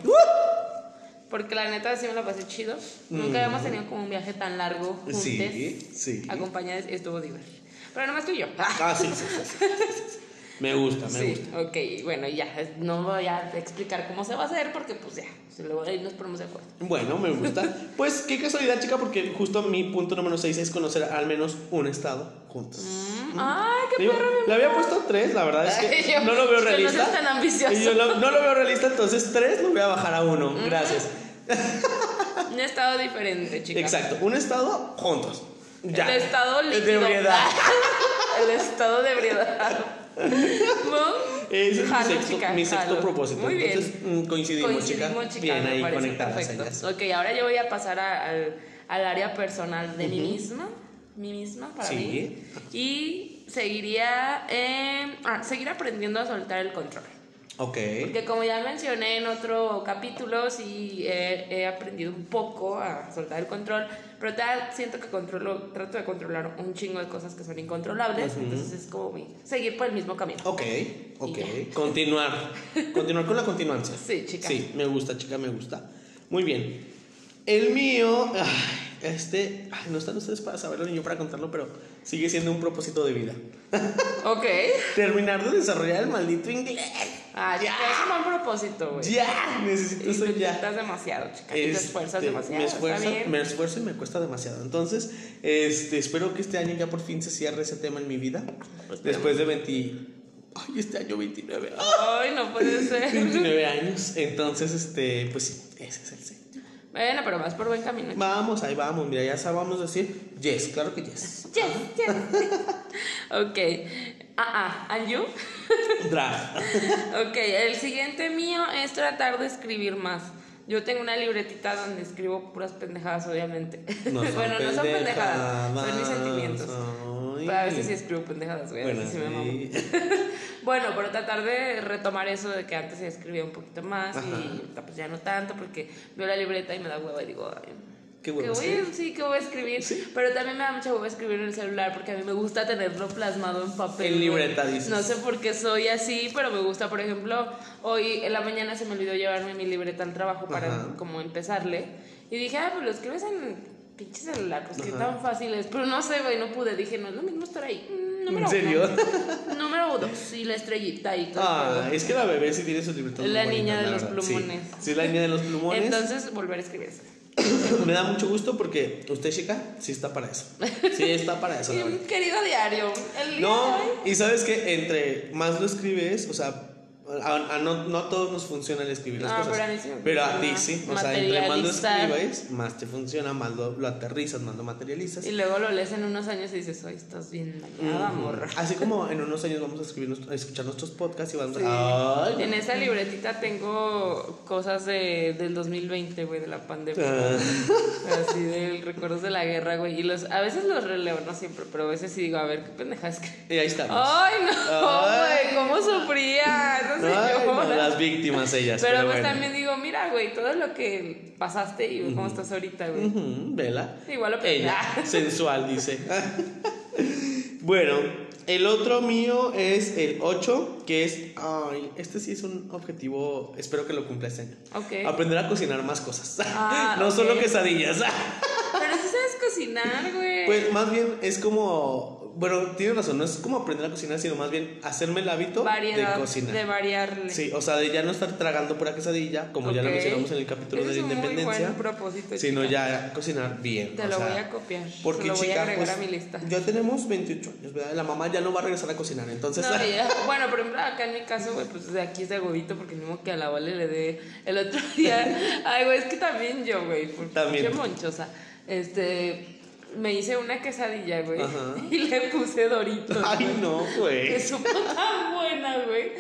Speaker 2: Porque la neta sí me la pasé chido. Nunca habíamos tenido como un viaje tan largo
Speaker 1: Mm.
Speaker 2: juntos.
Speaker 1: Sí, sí.
Speaker 2: Acompañadas, estuvo divertido. Pero nomás tú y yo.
Speaker 1: Ah, sí, sí, sí, sí, sí, sí. Me gusta, me gusta.
Speaker 2: Sí, ok, bueno, ya, es- no voy a explicar cómo se va a hacer porque pues ya, si luego ahí nos ponemos de acuerdo.
Speaker 1: Bueno, me gusta. Pues qué casualidad, chica, porque justo mi punto número 6 es conocer al menos un estado juntos.
Speaker 2: Mm, ¡Ay, qué
Speaker 1: Digo,
Speaker 2: perro!
Speaker 1: le había puesto 3, la verdad es que
Speaker 2: Ay, yo-
Speaker 1: no lo veo
Speaker 2: yo no soy
Speaker 1: realista.
Speaker 2: tan ambicioso.
Speaker 1: Y yo lo- no lo veo realista, entonces 3 lo voy a bajar a 1. Gracias.
Speaker 2: Un estado diferente, chicas.
Speaker 1: Exacto, un estado juntos. Ya.
Speaker 2: El estado líquido. Ah.
Speaker 1: De ebriedad.
Speaker 2: El estado de ebriedad. ¿No?
Speaker 1: Ese es
Speaker 2: Jalo,
Speaker 1: mi sexto,
Speaker 2: chica,
Speaker 1: mi sexto
Speaker 2: jalo.
Speaker 1: propósito.
Speaker 2: Muy bien.
Speaker 1: Entonces mm, coincidimos,
Speaker 2: Coincidimos,
Speaker 1: chica.
Speaker 2: chicas,
Speaker 1: Bien
Speaker 2: me
Speaker 1: ahí
Speaker 2: parece
Speaker 1: conectadas
Speaker 2: perfecto.
Speaker 1: ellas.
Speaker 2: Ok, ahora yo voy a pasar a- al, al área personal de mí misma. Mí misma, para
Speaker 1: Sí.
Speaker 2: mí. Y seguiría. eh, ah, seguir aprendiendo a soltar el control.
Speaker 1: Ok.
Speaker 2: Porque como ya mencioné en otro capítulo, sí he, he aprendido un poco a soltar el control, pero todavía siento que controlo, trato de controlar un chingo de cosas que son incontrolables, entonces es como mi- seguir por el mismo camino.
Speaker 1: Ok, ok.
Speaker 2: Y
Speaker 1: Continuar. Continuar con la continuancia.
Speaker 2: Sí, chica.
Speaker 1: Sí, me gusta, chica, me gusta. Muy bien. El mío, ay, este, ay, no están ustedes para saberlo ni yo para contarlo, pero sigue siendo un propósito de vida.
Speaker 2: Ok.
Speaker 1: Terminar de desarrollar el maldito inglés.
Speaker 2: Ah, ya. Es un buen propósito, güey.
Speaker 1: Ya, necesito
Speaker 2: Y
Speaker 1: eso
Speaker 2: te
Speaker 1: ya.
Speaker 2: intentas demasiado, chica. y Pues, te
Speaker 1: Este,
Speaker 2: esfuerzas demasiado.
Speaker 1: Me
Speaker 2: está
Speaker 1: esfuerzo,
Speaker 2: bien.
Speaker 1: me esfuerzo y me cuesta demasiado. Entonces, este, espero que este año ya por fin se cierre ese tema en mi vida.
Speaker 2: Pues,
Speaker 1: Después de 20. Ay, este año 29. ah,
Speaker 2: Ay, no puede ser.
Speaker 1: 29 años. Entonces, este, pues sí, ese es el sexto.
Speaker 2: bueno, pero vas por buen camino.
Speaker 1: Vamos, ahí vamos. Mira, ya sabemos decir yes, claro que yes.
Speaker 2: Yes, yes. ok. Ah, ah, ¿and you?
Speaker 1: Draft.
Speaker 2: Ok, el siguiente mío es tratar de escribir más. Yo tengo una libretita donde escribo puras pendejadas, obviamente. bueno, no son pendejadas, son mis sentimientos.
Speaker 1: Ay.
Speaker 2: Pero a veces sí escribo pendejadas, güey. a
Speaker 1: Bueno,
Speaker 2: veces sí me mamo.
Speaker 1: sí.
Speaker 2: Bueno, pero tratar de retomar eso de que antes sí escribía un poquito más y pues ya no tanto porque veo la libreta y me da hueva y digo, ay,
Speaker 1: Qué hueva
Speaker 2: voy,
Speaker 1: escribir.
Speaker 2: sí, que voy a escribir. Pero también me da mucha hueva escribir en el celular porque a mí me gusta tenerlo plasmado en papel.
Speaker 1: En
Speaker 2: güey.
Speaker 1: libreta, dices.
Speaker 2: No sé por qué soy así, pero me gusta, por ejemplo, hoy en la mañana se me olvidó llevarme mi libreta al trabajo para
Speaker 1: Ajá.
Speaker 2: como empezarle y dije, ah, pues lo escribes en pinche celular, pues que
Speaker 1: Ajá.
Speaker 2: tan fácil es. Pero no sé, güey, no pude. Dije, no es lo mismo estar ahí. Mm, número
Speaker 1: ¿En serio?
Speaker 2: uno. Número dos, y la estrellita y todo.
Speaker 1: Ah, es que la bebé sí tiene sus libertad.
Speaker 2: Es la niña de los plumones.
Speaker 1: Sí, Sí, es la niña de los plumones.
Speaker 2: Entonces, volver a escribir eso.
Speaker 1: Me da mucho gusto porque usted, chica, sí está para eso. Sí está para eso,
Speaker 2: Y
Speaker 1: la
Speaker 2: un
Speaker 1: verdad.
Speaker 2: querido diario. El día
Speaker 1: No,
Speaker 2: de hoy.
Speaker 1: y sabes que entre más lo escribes, o sea, a, a no, no a todos nos funciona el escribir las
Speaker 2: No,
Speaker 1: cosas.
Speaker 2: pero a mí sí me
Speaker 1: Pero a ti
Speaker 2: funciona
Speaker 1: sí, o sea, entre más lo
Speaker 2: materializar.
Speaker 1: escribes, más te funciona, más lo, lo aterrizas, más lo materializas.
Speaker 2: Y luego lo lees en unos años y dices, hoy estás bien dañada,
Speaker 1: Ujú.
Speaker 2: morra.
Speaker 1: Así como en unos años vamos a, escribir, nuestro- a escuchar nuestros podcasts y vamos
Speaker 2: Sí.
Speaker 1: a... Ay,
Speaker 2: En esa libretita tengo cosas de, del 2020, güey, de la pandemia.
Speaker 1: Ah.
Speaker 2: Así de recuerdos de la guerra, güey. Y los, a veces los releo, no siempre, pero a veces sí digo, a ver, qué pendeja escribí.
Speaker 1: Y ahí estamos.
Speaker 2: ¡Ay, no,
Speaker 1: Ay.
Speaker 2: güey! ¿Cómo sufría? Esas
Speaker 1: Ay, no,
Speaker 2: señora.
Speaker 1: las víctimas ellas.
Speaker 2: Pero, pues
Speaker 1: bueno.
Speaker 2: también digo, mira, güey, todo lo que pasaste y cómo estás ahorita, güey.
Speaker 1: Ujú, vela.
Speaker 2: Igual lo aprendí.
Speaker 1: Ella, sensual, dice. bueno, el otro mío es el 8, que es. Ay, este sí es un objetivo. Espero que lo cumpla este año.
Speaker 2: Ok.
Speaker 1: Aprender a cocinar más cosas.
Speaker 2: Ah,
Speaker 1: no
Speaker 2: ok.
Speaker 1: solo quesadillas.
Speaker 2: Pero si sabes cocinar, güey.
Speaker 1: pues más bien es como. Bueno, tienes razón, no es como aprender a cocinar, sino más bien hacerme el hábito
Speaker 2: Variedad,
Speaker 1: de cocinar.
Speaker 2: variarle.
Speaker 1: Sí, o sea, de ya no estar tragando pura quesadilla, como ya lo
Speaker 2: Ok.
Speaker 1: mencionamos en el capítulo
Speaker 2: Ese
Speaker 1: de la
Speaker 2: es un Muy
Speaker 1: independencia,
Speaker 2: buen propósito,
Speaker 1: sino
Speaker 2: chica.
Speaker 1: ya cocinar bien.
Speaker 2: Te
Speaker 1: o
Speaker 2: lo
Speaker 1: sea,
Speaker 2: voy a copiar.
Speaker 1: Porque
Speaker 2: Te lo voy
Speaker 1: chica,
Speaker 2: a agregar
Speaker 1: pues,
Speaker 2: a mi lista.
Speaker 1: Ya tenemos 28 años, ¿verdad? La mamá ya no va a regresar a cocinar, entonces.
Speaker 2: No, ya- bueno, por ejemplo, acá en mi caso, güey, pues de aquí es de huevito porque ni modo que a la Vale le dé el otro día. Ay, güey, es que también yo, güey, por
Speaker 1: También.
Speaker 2: qué monchosa. Este, me hice una quesadilla, güey,
Speaker 1: Ajá.
Speaker 2: y le puse doritos.
Speaker 1: Ay,
Speaker 2: güey,
Speaker 1: no,
Speaker 2: Que
Speaker 1: güey.
Speaker 2: supo tan buena, güey.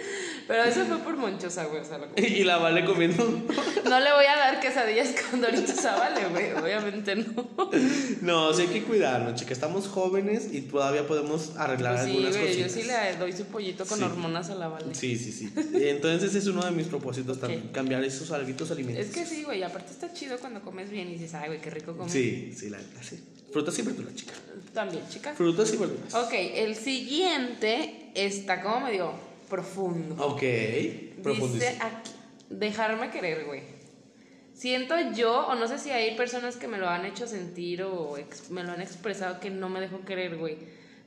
Speaker 2: Pero eso fue por monchosa, güey, o sea, la-
Speaker 1: Y la vale comiendo.
Speaker 2: No le voy a dar quesadillas con doritos a Vale, güey, obviamente no.
Speaker 1: No, sí hay que cuidarnos, chica. Estamos jóvenes y todavía podemos arreglar
Speaker 2: Pues sí,
Speaker 1: algunas
Speaker 2: güey, yo
Speaker 1: cositas.
Speaker 2: sí le doy su pollito con
Speaker 1: Sí.
Speaker 2: hormonas a la Vale.
Speaker 1: Sí, sí, sí. Entonces es uno de mis propósitos
Speaker 2: Ok.
Speaker 1: también, cambiar esos hábitos alimenticios.
Speaker 2: Es que sí, güey, aparte está chido cuando comes bien y dices, ay, güey, qué rico comer.
Speaker 1: Sí, sí, la neta, sí. Frutas y verduras, chica.
Speaker 2: También, chicas.
Speaker 1: Frutas y verduras.
Speaker 2: Ok, el siguiente está como medio profundo.
Speaker 1: Ok, Oh,
Speaker 2: Dice
Speaker 1: profundiza.
Speaker 2: aquí, dejarme querer, güey. Siento yo, o no sé si hay personas que me lo han hecho sentir o ex- me lo han expresado que no me dejo querer, güey.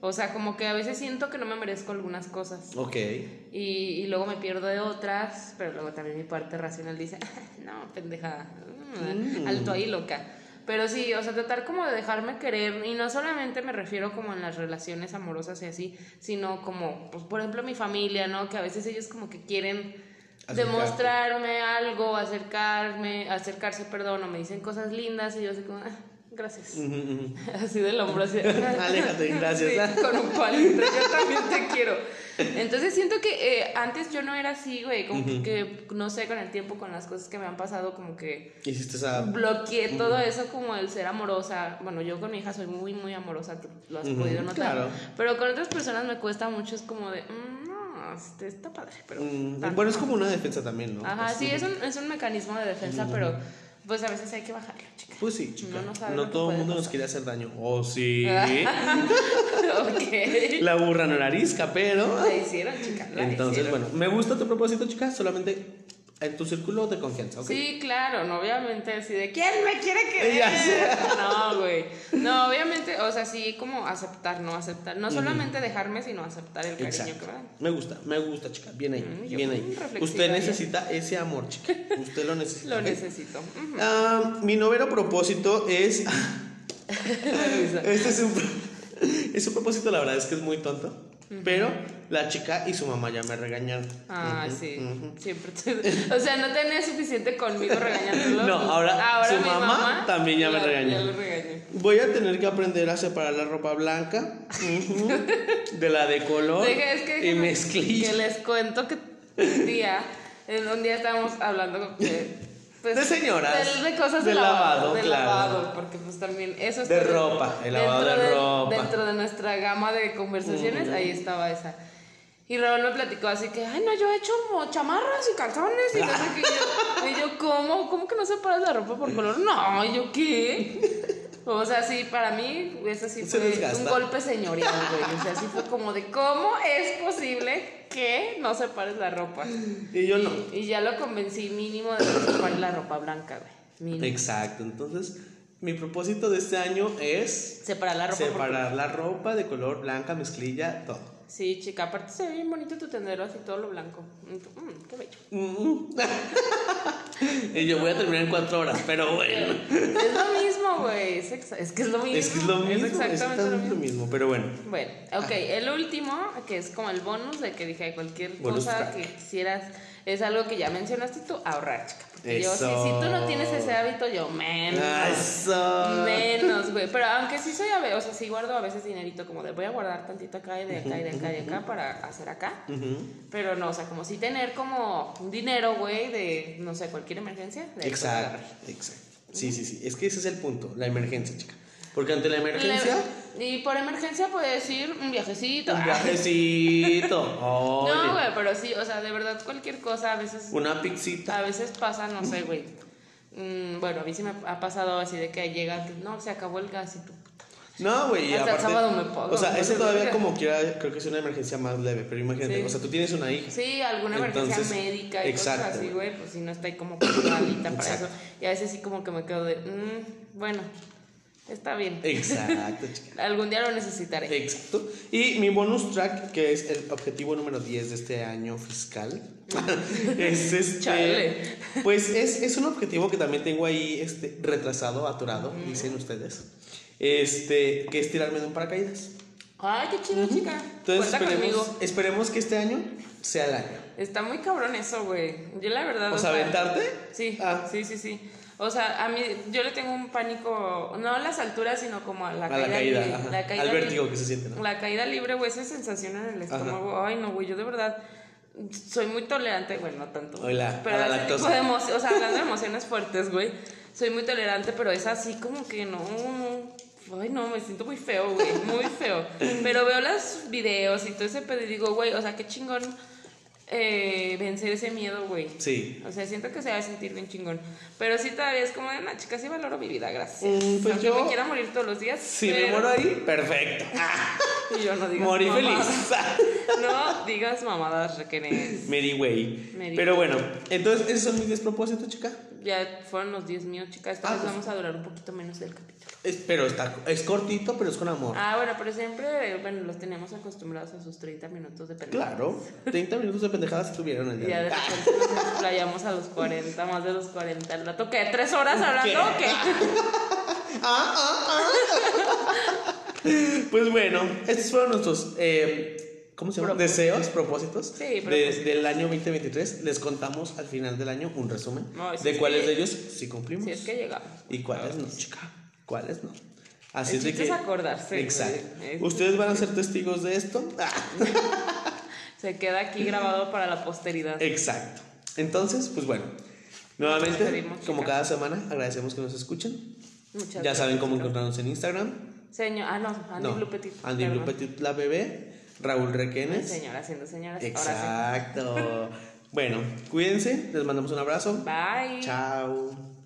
Speaker 2: O sea, como que a veces siento que no me merezco algunas cosas
Speaker 1: Ok.
Speaker 2: y, y luego me pierdo de otras, pero luego también mi parte racional dice, no, pendejada, mm,
Speaker 1: Mm.
Speaker 2: alto ahí loca. Pero sí, o sea, tratar como de dejarme querer, y no solamente me refiero como en las relaciones amorosas y así, sino como, pues, por ejemplo, mi familia, ¿no? Que a veces ellos como que quieren
Speaker 1: Acercarte.
Speaker 2: demostrarme algo, acercarme, acercarse, perdón, o me dicen cosas lindas y yo así como, "Ah, gracias.
Speaker 1: Ujú, ujú.
Speaker 2: Así del hombro, así.
Speaker 1: Aléjate, gracias.
Speaker 2: Sí, con un palito, yo también te quiero. Entonces siento que eh, antes yo no era así, güey, como que-
Speaker 1: Ujú.
Speaker 2: que, no sé, con el tiempo, con las cosas que me han pasado, como que
Speaker 1: Hiciste esa.
Speaker 2: bloqueé todo eso como el ser amorosa. Bueno, yo con mi hija soy muy, muy amorosa, tú lo has
Speaker 1: Ujú,
Speaker 2: podido notar.
Speaker 1: claro.
Speaker 2: Pero con otras personas me cuesta mucho, es como de, "Mm, no, este está padre, pero...
Speaker 1: Mm,
Speaker 2: tanto
Speaker 1: Bueno, es
Speaker 2: no".
Speaker 1: como una defensa también, ¿no?
Speaker 2: Ajá,
Speaker 1: Pues,
Speaker 2: sí, es un, es un mecanismo de defensa, pero pues a veces hay que bajarlo, chicas.
Speaker 1: Pues sí, chica.
Speaker 2: Uno
Speaker 1: No,
Speaker 2: no sabe lo que
Speaker 1: todo el
Speaker 2: puede
Speaker 1: mundo nos
Speaker 2: pasar.
Speaker 1: quiere hacer daño. Oh, sí.
Speaker 2: ok.
Speaker 1: La burra no la arisca, pero.
Speaker 2: La hicieron, chica. La
Speaker 1: Entonces,
Speaker 2: hicieron.
Speaker 1: bueno, me gusta tu propósito, chica. Solamente en tu círculo de confianza, ¿ok?
Speaker 2: Sí, claro, no, obviamente así de ¿quién me quiere
Speaker 1: Ya sé.
Speaker 2: querer? No, güey. No, obviamente, o sea, sí, como aceptar, no aceptar. No solamente dejarme, sino aceptar el cariño que me
Speaker 1: Exacto.
Speaker 2: dan.
Speaker 1: Me gusta, me gusta, chica. Bien ahí,
Speaker 2: Mm, yo
Speaker 1: bien
Speaker 2: muy
Speaker 1: ahí.
Speaker 2: reflexiva,
Speaker 1: Usted
Speaker 2: bien.
Speaker 1: necesita ese amor, chica. Usted lo necesita.
Speaker 2: Lo
Speaker 1: ¿ok?
Speaker 2: necesito. Ujú.
Speaker 1: Ah, mi noveno propósito es. Este es un, es un propósito, la verdad es que es muy tonto. Pero la chica y su mamá ya me regañaron.
Speaker 2: Ah,
Speaker 1: Ujú,
Speaker 2: sí,
Speaker 1: ujú.
Speaker 2: siempre. te- O sea, no tenía suficiente conmigo regañándolo.
Speaker 1: No, ahora su
Speaker 2: mi
Speaker 1: mamá también ya me
Speaker 2: la-
Speaker 1: regañó.
Speaker 2: Ya lo regañó.
Speaker 1: Voy a tener que aprender a separar la ropa blanca ujú, de la de color
Speaker 2: Deja, es que,
Speaker 1: y
Speaker 2: déjame-
Speaker 1: mezclilla.
Speaker 2: que les cuento que un día, en un día estábamos hablando de,
Speaker 1: De señoras.
Speaker 2: de, de cosas de,
Speaker 1: De lavado,
Speaker 2: lavado, de
Speaker 1: claro.
Speaker 2: lavado, porque pues también eso
Speaker 1: De
Speaker 2: está-
Speaker 1: ropa, el lavado
Speaker 2: dentro
Speaker 1: de ropa.
Speaker 2: Dentro de nuestra gama de conversaciones, ahí estaba esa. Y Raúl me platicó así que, ay, no, yo he hecho mo- chamarras y calzones y no sé qué. Y yo, y yo, ¿cómo? ¿Cómo que no separas la ropa por color? No, ¿y yo qué? O sea, sí, para mí, eso sí
Speaker 1: Se
Speaker 2: fue
Speaker 1: desgasta.
Speaker 2: un golpe señorial, güey. O sea, sí fue como de, ¿cómo es posible que no separes la ropa?
Speaker 1: Y yo no.
Speaker 2: Y ya lo convencí mínimo de no separar la ropa blanca, güey. Mínimo.
Speaker 1: Exacto, entonces mi propósito de este año es
Speaker 2: Separar la ropa por
Speaker 1: separar la ropa de color blanca, mezclilla, todo.
Speaker 2: Sí, chica, aparte se ve bien bonito tu tendero así todo lo blanco. Y tú, "Mm, qué bello.
Speaker 1: Ujú. y yo voy a terminar en cuatro horas, pero bueno.
Speaker 2: Es lo mismo, güey. Es, exa- es que es lo mismo.
Speaker 1: Es que es lo mismo, es
Speaker 2: exactamente lo
Speaker 1: exactamente lo
Speaker 2: mismo.
Speaker 1: mismo, pero bueno.
Speaker 2: Bueno,
Speaker 1: Ah.
Speaker 2: ok, el último, que es como el bonus de que dije cualquier
Speaker 1: Bonus
Speaker 2: cosa
Speaker 1: track.
Speaker 2: que quisieras, es algo que ya mencionaste tú, ahorrar, chica. Porque yo, si,
Speaker 1: Eso.
Speaker 2: si tú no tienes ese hábito, yo menos.
Speaker 1: Eso.
Speaker 2: Menos, güey. Pero aunque sí soy, a ve- o sea, sí guardo a veces dinerito, como de voy a guardar tantito acá y de acá y de acá y de acá para hacer acá.
Speaker 1: Ujú.
Speaker 2: Pero no, o sea, como sí tener como un dinero, güey, de, no sé, cualquier emergencia. de ahí puedes
Speaker 1: Exacto,
Speaker 2: agarrar.
Speaker 1: exacto. Sí, sí, sí. Es que ese es el punto, la emergencia, chica. Porque ante la emergencia,
Speaker 2: Y por emergencia puede decir un viajecito. Ah,
Speaker 1: Un viajecito. Oye,
Speaker 2: No, güey, pero sí, o sea, de verdad cualquier cosa a veces
Speaker 1: Una pixita.
Speaker 2: a veces pasa, no sé, güey. Mm, bueno, a mí sí me ha pasado así de que llega, que, no, se acabó el gas y tú.
Speaker 1: No, güey, y
Speaker 2: Hasta el
Speaker 1: aparte.
Speaker 2: sábado me pongo,
Speaker 1: o sea,
Speaker 2: no
Speaker 1: ese
Speaker 2: sé.
Speaker 1: todavía como quiera, creo que es una emergencia más leve, pero imagínate,
Speaker 2: Sí.
Speaker 1: o sea, tú tienes una hija.
Speaker 2: Sí, alguna emergencia
Speaker 1: Entonces,
Speaker 2: médica y cosas
Speaker 1: exacto,
Speaker 2: así,
Speaker 1: güey.
Speaker 2: güey, pues si no estoy como preparadita para
Speaker 1: Exacto.
Speaker 2: eso. Y a veces sí como que me quedo de, "Mm, bueno, está bien.
Speaker 1: Exacto, chica.
Speaker 2: Algún día lo necesitaré.
Speaker 1: Exacto. Y mi bonus track, que es el objetivo número 10 de este año fiscal, es este.
Speaker 2: Chale.
Speaker 1: Pues es, es un objetivo que también tengo ahí este, retrasado, atorado,
Speaker 2: Mm.
Speaker 1: dicen ustedes. Este, que es tirarme de un paracaídas.
Speaker 2: Ay, qué chido, chica.
Speaker 1: Entonces
Speaker 2: Cuenta
Speaker 1: esperemos,
Speaker 2: conmigo.
Speaker 1: esperemos que este año sea el año.
Speaker 2: Está muy cabrón eso, güey. Yo la verdad.
Speaker 1: O sea, aventarte.
Speaker 2: Sí,
Speaker 1: Ah.
Speaker 2: sí, sí, sí. O sea, a mí, yo le tengo un pánico, no a las alturas, sino como a la
Speaker 1: A
Speaker 2: caída.
Speaker 1: la caída,
Speaker 2: libre,
Speaker 1: ajá.
Speaker 2: la caída
Speaker 1: al vértigo
Speaker 2: libre.
Speaker 1: que se siente, ¿no?
Speaker 2: La caída libre, güey, esa sensación en el
Speaker 1: Ajá.
Speaker 2: estómago. Ay, no, güey, yo de verdad soy muy tolerante, bueno, no tanto.
Speaker 1: Hola,
Speaker 2: pero
Speaker 1: a la
Speaker 2: ese
Speaker 1: lactosa.
Speaker 2: tipo de emo- o sea, hablando de emociones fuertes, güey, soy muy tolerante, pero es así como que no, no. Ay, no, me siento muy feo, güey, muy feo. Pero veo los videos y todo ese pedo y digo, güey, o sea, qué chingón eh, vencer ese miedo, güey.
Speaker 1: Sí.
Speaker 2: O sea, siento que se va a sentir bien chingón. Pero sí, todavía es como de una chica, sí valoro mi vida, gracias.
Speaker 1: Mm, pues
Speaker 2: Aunque
Speaker 1: yo-
Speaker 2: me quiera morir todos los días.
Speaker 1: Si me
Speaker 2: pero-
Speaker 1: muero ahí, perfecto.
Speaker 2: Y yo no digas
Speaker 1: Morí
Speaker 2: mamadas.
Speaker 1: feliz.
Speaker 2: No digas mamadas, Requenes.
Speaker 1: Mary Way.
Speaker 2: Mary
Speaker 1: Pero bueno, entonces esos son mis 10 propósitos, chica.
Speaker 2: Ya fueron los 10 míos, chicas. Esta
Speaker 1: Ah,
Speaker 2: vez
Speaker 1: pues.
Speaker 2: vamos a durar un poquito menos del capítulo.
Speaker 1: Es- pero está, es cortito, pero es con amor.
Speaker 2: Ah, bueno, pero siempre, eh, bueno, los tenemos acostumbrados a sus 30 minutos de pendejadas.
Speaker 1: Claro, 30 minutos de pendejadas estuvieron el
Speaker 2: Y
Speaker 1: día.
Speaker 2: ya
Speaker 1: de
Speaker 2: de
Speaker 1: hoy. Ah,
Speaker 2: repente nos explayamos a los 40, más de los 40. ¿El rato qué? ¿Tres horas hablando o
Speaker 1: ¿Qué?
Speaker 2: qué?
Speaker 1: ah, ah. pues bueno, estos fueron nuestros. eh, ¿Cómo se llama? Deseos, propósitos,
Speaker 2: Sí,
Speaker 1: de-
Speaker 2: propósitos.
Speaker 1: del año 2023. Les contamos al final del año un resumen
Speaker 2: No, y si
Speaker 1: de
Speaker 2: es
Speaker 1: cuáles
Speaker 2: que-
Speaker 1: de ellos sí cumplimos
Speaker 2: Si es que llegamos.
Speaker 1: y cuáles no, chica. Cuáles no. Así
Speaker 2: El
Speaker 1: es de
Speaker 2: chiste
Speaker 1: que.
Speaker 2: es acordarse, güey. este
Speaker 1: Exacto.
Speaker 2: Es-
Speaker 1: Ustedes van a ser testigos de esto. Ah.
Speaker 2: Se queda aquí grabado para la posteridad.
Speaker 1: Ah, Exacto. Entonces, pues bueno, nuevamente,
Speaker 2: despedimos,
Speaker 1: como
Speaker 2: chicas.
Speaker 1: cada semana, agradecemos que nos escuchen.
Speaker 2: Muchas
Speaker 1: Ya
Speaker 2: gracias,
Speaker 1: saben cómo
Speaker 2: chicas.
Speaker 1: encontrarnos en Instagram.
Speaker 2: Señor, ah, no, Andy
Speaker 1: No,
Speaker 2: Blue Petit.
Speaker 1: Andy Blue
Speaker 2: perdón.
Speaker 1: Petit, la bebé, Raúl
Speaker 2: Ay,
Speaker 1: Requenes.
Speaker 2: Señora, siendo señora. Ahora
Speaker 1: Exacto. bueno, cuídense, les mandamos un abrazo.
Speaker 2: sí. Bye.
Speaker 1: Chao.